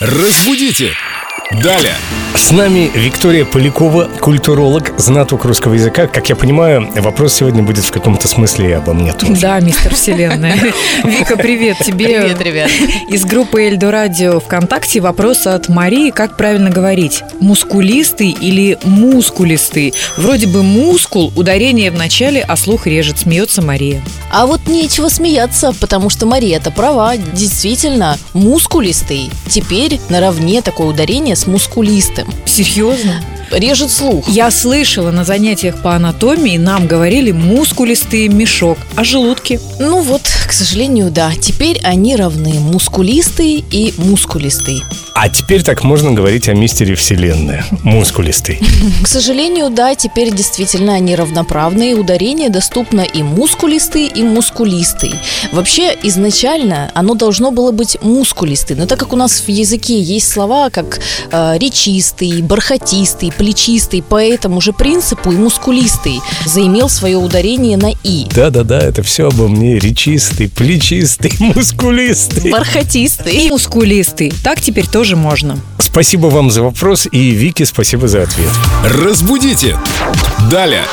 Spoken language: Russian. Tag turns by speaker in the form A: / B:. A: Разбудите! Далее!
B: С нами Виктория Полякова, культуролог, знаток русского языка. Как я понимаю, вопрос сегодня будет в каком-то смысле обо мне тоже.
C: Да, мистер Вселенная. Вика, привет тебе.
D: Привет, ребят.
C: Из группы Эльдо Радио ВКонтакте вопрос от Марии. Как правильно говорить? Мускулистый или мускулистый? Вроде бы мускул, ударение в начале, а слух режет. Смеется Мария.
D: А вот нечего смеяться, потому что Мария-то права. Действительно, мускулистый. Теперь наравне такое ударение с мускулистым.
C: Серьезно?
D: Режет слух.
C: Я слышала на занятиях по анатомии, нам говорили мускулистый мешок, а желудки?
D: Ну вот, к сожалению, да. Теперь они равны мускулистый и мускулистый.
B: А теперь так можно говорить о мистере Вселенная. Мускулистый.
D: К сожалению, да, теперь действительно они равноправные. Ударение доступно и мускулистый, и мускулистый. Вообще, изначально оно должно было быть мускулистый. Но так как у нас в языке есть слова, как э, речистый, бархатистый, плечистый, по этому же принципу и мускулистый заимел свое ударение на «и».
B: Да-да-да, это все обо мне. Речистый, плечистый, мускулистый.
D: Бархатистый.
C: И мускулистый. Так теперь тоже можно.
B: Спасибо вам за вопрос и Вики спасибо за ответ.
A: Разбудите! Далее!